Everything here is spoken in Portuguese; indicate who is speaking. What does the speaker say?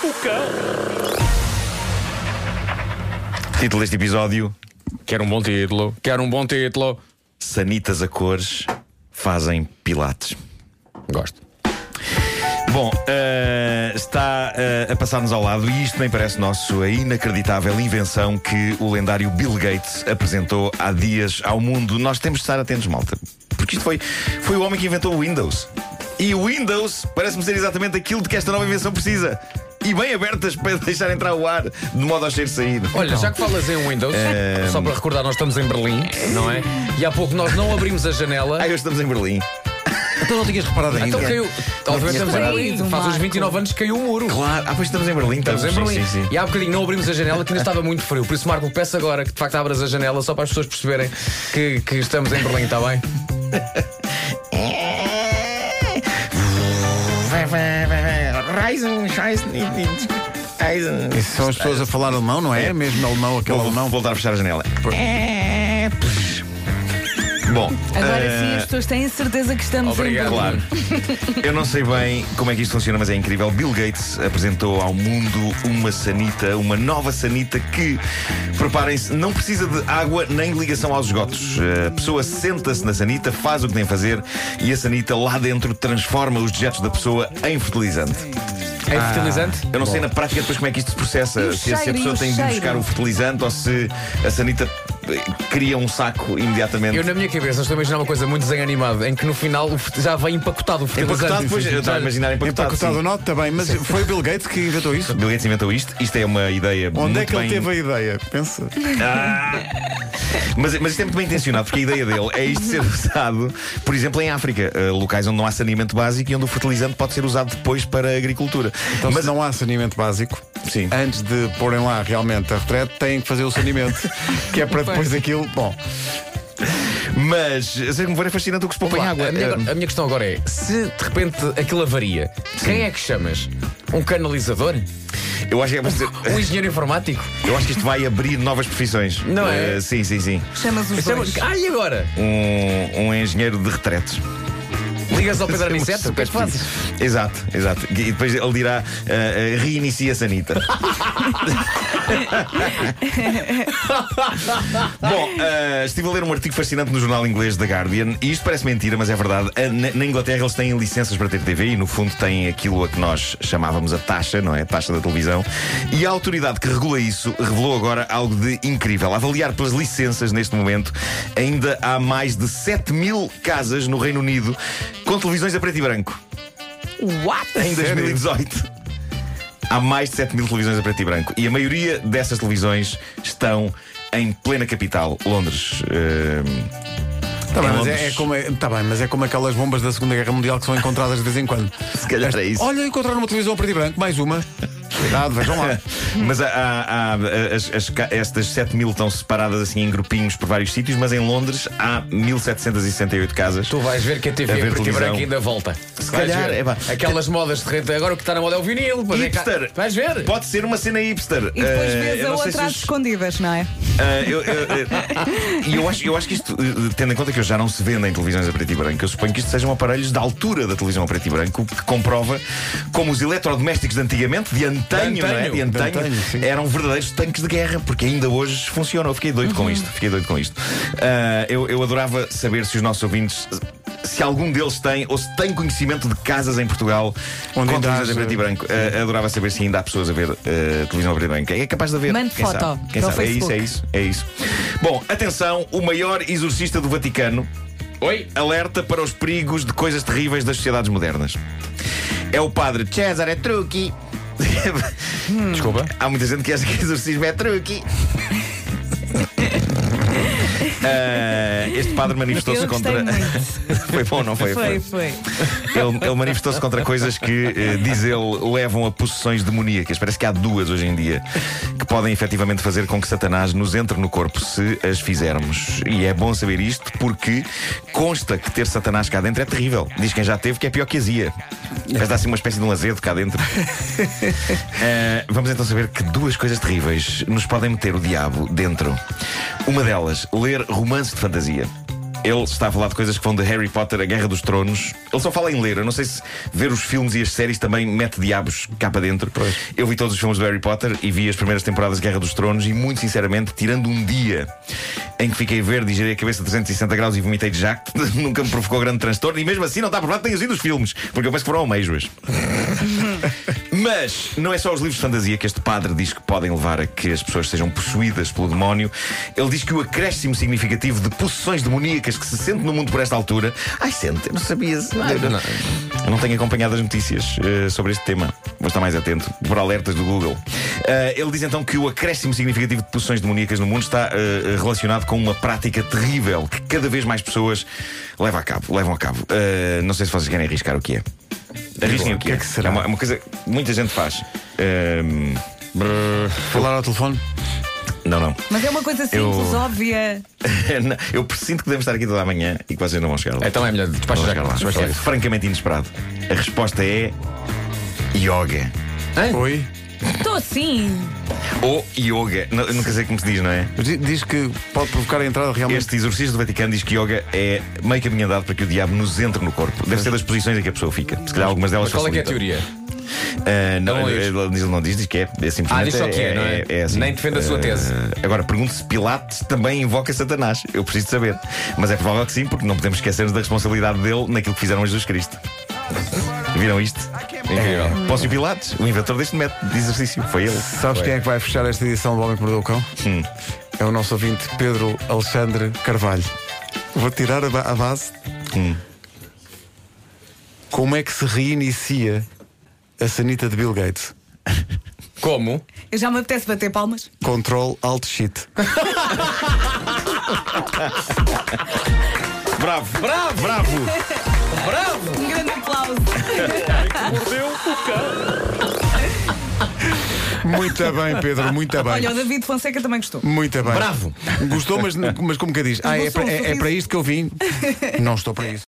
Speaker 1: boca.
Speaker 2: Título deste episódio:
Speaker 3: Quero um bom título. Quero um bom título.
Speaker 2: Sanitas a cores fazem pilates.
Speaker 3: Gosto.
Speaker 2: Bom, eh, está eh, a passar-nos ao lado e isto nem parece nosso a inacreditável invenção que o lendário Bill Gates apresentou há dias ao mundo. Nós temos de estar atentos, malta, porque isto foi, foi o homem que inventou o Windows. E o Windows parece-me ser exatamente aquilo de que esta nova invenção precisa. E bem abertas para deixar entrar o ar, de modo a cheiro sair.
Speaker 3: Olha, já que falas em Windows, só para recordar, nós estamos em Berlim, não é? E há pouco nós não abrimos a janela.
Speaker 2: Ah, hoje estamos em Berlim.
Speaker 4: Então não tinhas reparado ainda.
Speaker 3: Então caiu. Talvez
Speaker 4: tinha
Speaker 3: estamos em
Speaker 4: reparado.
Speaker 3: Berlim. Faz uns
Speaker 5: Marco.
Speaker 3: 29 anos que caiu o muro.
Speaker 2: Claro, ah, pois estamos em Berlim,
Speaker 3: Estamos em Berlim.
Speaker 2: Sim, sim, sim.
Speaker 3: E há bocadinho não abrimos a janela que ainda estava muito frio. Por isso, Marco, peço agora que de facto abras a janela só para as pessoas perceberem que, que estamos em Berlim, está bem?
Speaker 1: Reisen, Scheißen, Eisen.
Speaker 4: Isso São as pessoas a falar alemão, não é? Mesmo alemão, aquele
Speaker 2: Vou, vou
Speaker 4: alemão.
Speaker 2: voltar a fechar a janela. Bom,
Speaker 5: Agora
Speaker 2: eh,
Speaker 5: sim, as pessoas têm certeza que estamos
Speaker 3: Obrigado.
Speaker 5: em Berlim.
Speaker 2: Claro. Eu não sei bem como é que isto funciona, mas é incrível. Bill Gates apresentou ao mundo uma sanita, uma nova sanita que, preparem-se, não precisa de água nem de ligação aos esgotos. Eh, A pessoa senta-se na sanita, faz o que tem a fazer e a sanita lá dentro transforma os dejetos da pessoa em fertilizante.
Speaker 3: É fertilizante?
Speaker 2: Eu não sei na prática depois como é que isto se processa.
Speaker 5: E o
Speaker 2: Se, se a
Speaker 5: cheiro, e
Speaker 2: pessoa
Speaker 5: o
Speaker 2: tem de ir
Speaker 5: cheiro?
Speaker 2: buscar o fertilizante ou se a sanita eh, cria um saco imediatamente.
Speaker 3: Eu, na minha cabeça, estou a imaginar uma coisa muito desenanimada em que no final o fert- já vem empacotado o fertilizante.
Speaker 2: Empacotado, pois, eu estava a
Speaker 3: Já-
Speaker 2: imaginar empacotado.
Speaker 4: Empacotado
Speaker 2: sim.
Speaker 4: o note também, mas foi o Bill Gates que inventou isso.
Speaker 2: Bill Gates inventou isto. Isto é uma ideia
Speaker 4: Onde
Speaker 2: muito
Speaker 4: é que ele
Speaker 2: bem...
Speaker 4: teve a ideia? Pensa.
Speaker 2: Mas, mas isto é muito bem intencionado, porque a ideia dele é isto ser usado, por exemplo, em África, eh, locais onde não há saneamento básico e onde o fertilizante pode ser usado depois para a agricultura.
Speaker 4: Então,
Speaker 2: mas
Speaker 4: se não há saneamento básico,
Speaker 2: Sim.
Speaker 4: antes de porem lá realmente a retrete, têm que fazer o saneamento, que é para depois daquilo. Bom,
Speaker 2: Mas, seja como for, é fascinante o que se poupa em
Speaker 3: Pá,
Speaker 2: água.
Speaker 3: A minha,
Speaker 2: Eh,
Speaker 3: a minha questão agora é: se de repente aquilo avaria, quem é que chamas? Um canalizador?
Speaker 2: eu, acho que é para ser-
Speaker 3: Um engenheiro informático?
Speaker 2: eu acho que isto vai abrir novas profissões.
Speaker 3: Não é?
Speaker 2: Eh, sim, sim, sim.
Speaker 5: Chamas os
Speaker 2: é
Speaker 3: Chama-
Speaker 5: dois.
Speaker 3: Ah, e agora?
Speaker 2: Um, um engenheiro de retretes.
Speaker 3: Ligas ao Pedro
Speaker 2: É uma
Speaker 3: Aniceto? O que é que
Speaker 2: super
Speaker 3: fazes?
Speaker 2: Exato, exato. E depois ele dirá: eh, eh, reinicia a Sanita. Bom, eh, estive a ler um artigo fascinante no jornal inglês The Guardian e isto parece mentira, mas é verdade. Eh, na, na Inglaterra eles têm licenças para ter TV e, no fundo, têm aquilo a que nós chamávamos a taxa, não é? A taxa da televisão. E a autoridade que regula isso revelou agora algo de incrível. A avaliar pelas licenças neste momento, ainda há mais de 7 mil casas no Reino Unido com televisões a preto e branco
Speaker 5: What?
Speaker 2: em 2018. Há mais de 7 mil televisões a preto e branco. E a maioria dessas televisões estão em plena capital, Londres. Ehm,
Speaker 4: tá bem,
Speaker 2: Em
Speaker 4: mas é,
Speaker 2: Londres.
Speaker 4: é como, tá bem, mas é como aquelas bombas da Segunda Guerra Mundial que são encontradas de vez em quando.
Speaker 2: Se calhar é isso.
Speaker 4: Olha, encontraram uma televisão preto e branco, mais uma. Cuidado, vejam lá.
Speaker 2: Mas há- há- há- as- as ca- estas 7 mil estão separadas assim em grupinhos por vários sítios, mas em Londres há 1768 casas.
Speaker 3: Tu vais ver que a TV
Speaker 2: A ver
Speaker 3: preto e
Speaker 2: televisão.
Speaker 3: branco ainda volta. Se
Speaker 2: calhar, é pá.
Speaker 3: Aquelas modas de renta, agora o que está na moda é o vinil. depois é cá-
Speaker 2: Hipster.
Speaker 3: Vais ver?
Speaker 2: Pode ser uma cena hipster.
Speaker 5: E depois
Speaker 2: Eh,
Speaker 5: vês
Speaker 2: eu
Speaker 5: a
Speaker 2: não sei
Speaker 5: outra às
Speaker 2: se os-
Speaker 5: escondidas, não é?
Speaker 2: Ah, eu, eu, eu- e eu acho, eu acho que isto, eh, tendo em conta que eu já não se vendem televisões a preto e branco, eu suponho que isto sejam aparelhos da altura da televisão a preto e branco, o que comprova como os eletrodomésticos de antigamente, de antanho,
Speaker 3: De
Speaker 2: não é?
Speaker 3: antanho,
Speaker 2: De antanho,
Speaker 4: de antanho, sim.
Speaker 2: eram verdadeiros tanques de guerra, porque ainda hoje funcionam. Eu fiquei doido com isto, fiquei doido com isto. Ah, eu, eu adorava saber se os nossos ouvintes. Se algum deles tem ou se tem conhecimento de casas em Portugal
Speaker 4: Onde
Speaker 2: com
Speaker 4: ainda
Speaker 2: televisões
Speaker 4: há-
Speaker 2: a preto e branco, Ah, adorava saber se ainda há pessoas a ver ah, televisão a preto e branco. É capaz de haver.
Speaker 5: Mande
Speaker 2: Quem
Speaker 5: foto
Speaker 2: sabe? Quem
Speaker 5: para o
Speaker 2: sabe? É isso, é
Speaker 5: Facebook.
Speaker 2: isso, é isso. Bom, atenção, o maior exorcista do Vaticano
Speaker 3: Oi?
Speaker 2: alerta para os perigos de coisas terríveis das sociedades modernas. É o padre Cesare Trucchi.
Speaker 3: Desculpa.
Speaker 2: Há muita gente que acha que exorcismo é truque. Ah, este padre manifestou-se
Speaker 5: Eu gostei
Speaker 2: contra.
Speaker 5: muito.
Speaker 2: foi bom, não foi?
Speaker 5: Foi, foi.
Speaker 2: Ele, ele manifestou-se contra coisas que, eh, diz ele, levam a possessões demoníacas. Parece que há duas hoje em dia que podem efetivamente fazer com que Satanás nos entre no corpo se as fizermos. E é bom saber isto porque consta que ter Satanás cá dentro é terrível. Diz quem já teve que é pior que azia. Mas dá-se uma espécie de um azedo cá dentro. Eh, vamos então saber que duas coisas terríveis nos podem meter o diabo dentro. Uma delas, ler romances de fantasia. Ele está a falar de coisas que vão de Harry Potter a Guerra dos Tronos. Ele só fala em ler. Eu não sei se ver os filmes e as séries também mete diabos cá para dentro. Eu vi todos os filmes do Harry Potter e vi as primeiras temporadas de Guerra dos Tronos e, muito sinceramente, tirando um dia em que fiquei verde e girei a cabeça 360 graus e vomitei de jacto, nunca me provocou grande transtorno e, mesmo assim, não está provado que tenhas ido os filmes, porque eu penso que foram ao meijoas. Mas não é só os livros de fantasia que este padre diz que podem levar a que as pessoas sejam possuídas pelo demónio. Ele diz que o acréscimo significativo de possessões demoníacas que se sente no mundo por esta altura. Ai, sente, eu não sabia. eu, não, eu não tenho acompanhado as notícias eh, sobre este tema. Vou estar mais atento por alertas do Google. Eh, ele diz então que o acréscimo significativo de possessões demoníacas no mundo está eh, relacionado com uma prática terrível que cada vez mais pessoas levam a cabo. Levam a cabo. Eh, não sei se vocês querem arriscar o que é. Arrisquem o que
Speaker 4: O que
Speaker 2: é.
Speaker 4: é que será?
Speaker 2: É uma, é uma coisa que muita gente faz. Ehm, brrr,
Speaker 4: Falar ao telefone?
Speaker 2: não, não.
Speaker 5: Mas é uma coisa simples,
Speaker 2: Eu-
Speaker 5: óbvia.
Speaker 2: Não, Eu presinto que devemos estar aqui toda a manhã e que vocês não vão chegar lá.
Speaker 3: Então é melhor,
Speaker 2: Não
Speaker 3: despacha
Speaker 2: vão
Speaker 3: já.
Speaker 2: chegar lá.
Speaker 3: despacha
Speaker 2: É
Speaker 3: já.
Speaker 2: francamente inesperado. A resposta é. Yoga.
Speaker 4: Oi?
Speaker 5: Estou assim.
Speaker 2: Ou yoga. Não, eu nunca sei como se diz, não é?
Speaker 4: Mas di- diz que pode provocar a entrada realmente.
Speaker 2: Este exorcismo do Vaticano diz que yoga é meio caminho andado para que o diabo nos entre no corpo. Deve ser das posições em que a pessoa fica. Se calhar algumas delas
Speaker 3: Mas qual é que é a
Speaker 2: facilitam.
Speaker 3: teoria?
Speaker 2: Ah, não,
Speaker 3: Então,
Speaker 2: ele
Speaker 3: isto-
Speaker 2: ele diz, ele não diz, diz que é. é simplesmente,
Speaker 3: Ah, diz só que é, não é?
Speaker 2: assim.
Speaker 3: Nem defende a sua
Speaker 2: Ah,
Speaker 3: tese.
Speaker 2: Agora, pergunto se Pilates também invoca Satanás. Eu preciso de saber. Mas é provável que sim, porque não podemos esquecer-nos da responsabilidade dele naquilo que fizeram a Jesus Cristo. Viram isto?
Speaker 3: Incrível.
Speaker 2: É. Pócio Pilates, o inventor deste método de exercício, foi ele.
Speaker 4: Sabes quem é que vai fechar esta edição do Homem que Mordeu o Cão? É o nosso ouvinte Pedro Alexandre Carvalho. Vou tirar a, ba- a base.
Speaker 2: Hum.
Speaker 4: Como é que se reinicia a sanita de Bill Gates?
Speaker 3: Como?
Speaker 5: Eu já me apetece bater palmas.
Speaker 4: Control Alt Shift.
Speaker 2: Bravo! Bravo! Bravo!
Speaker 5: Um grande aplauso.
Speaker 4: Muito bem, Pedro, muito bem.
Speaker 5: Olha, o David Fonseca também gostou.
Speaker 4: Muito bem.
Speaker 3: Bravo.
Speaker 4: Gostou, mas, mas como que diz? Ah, é,
Speaker 5: Gostou, um
Speaker 4: para- é- é
Speaker 5: sorriso.
Speaker 4: para isto que eu vim? Não estou para isso.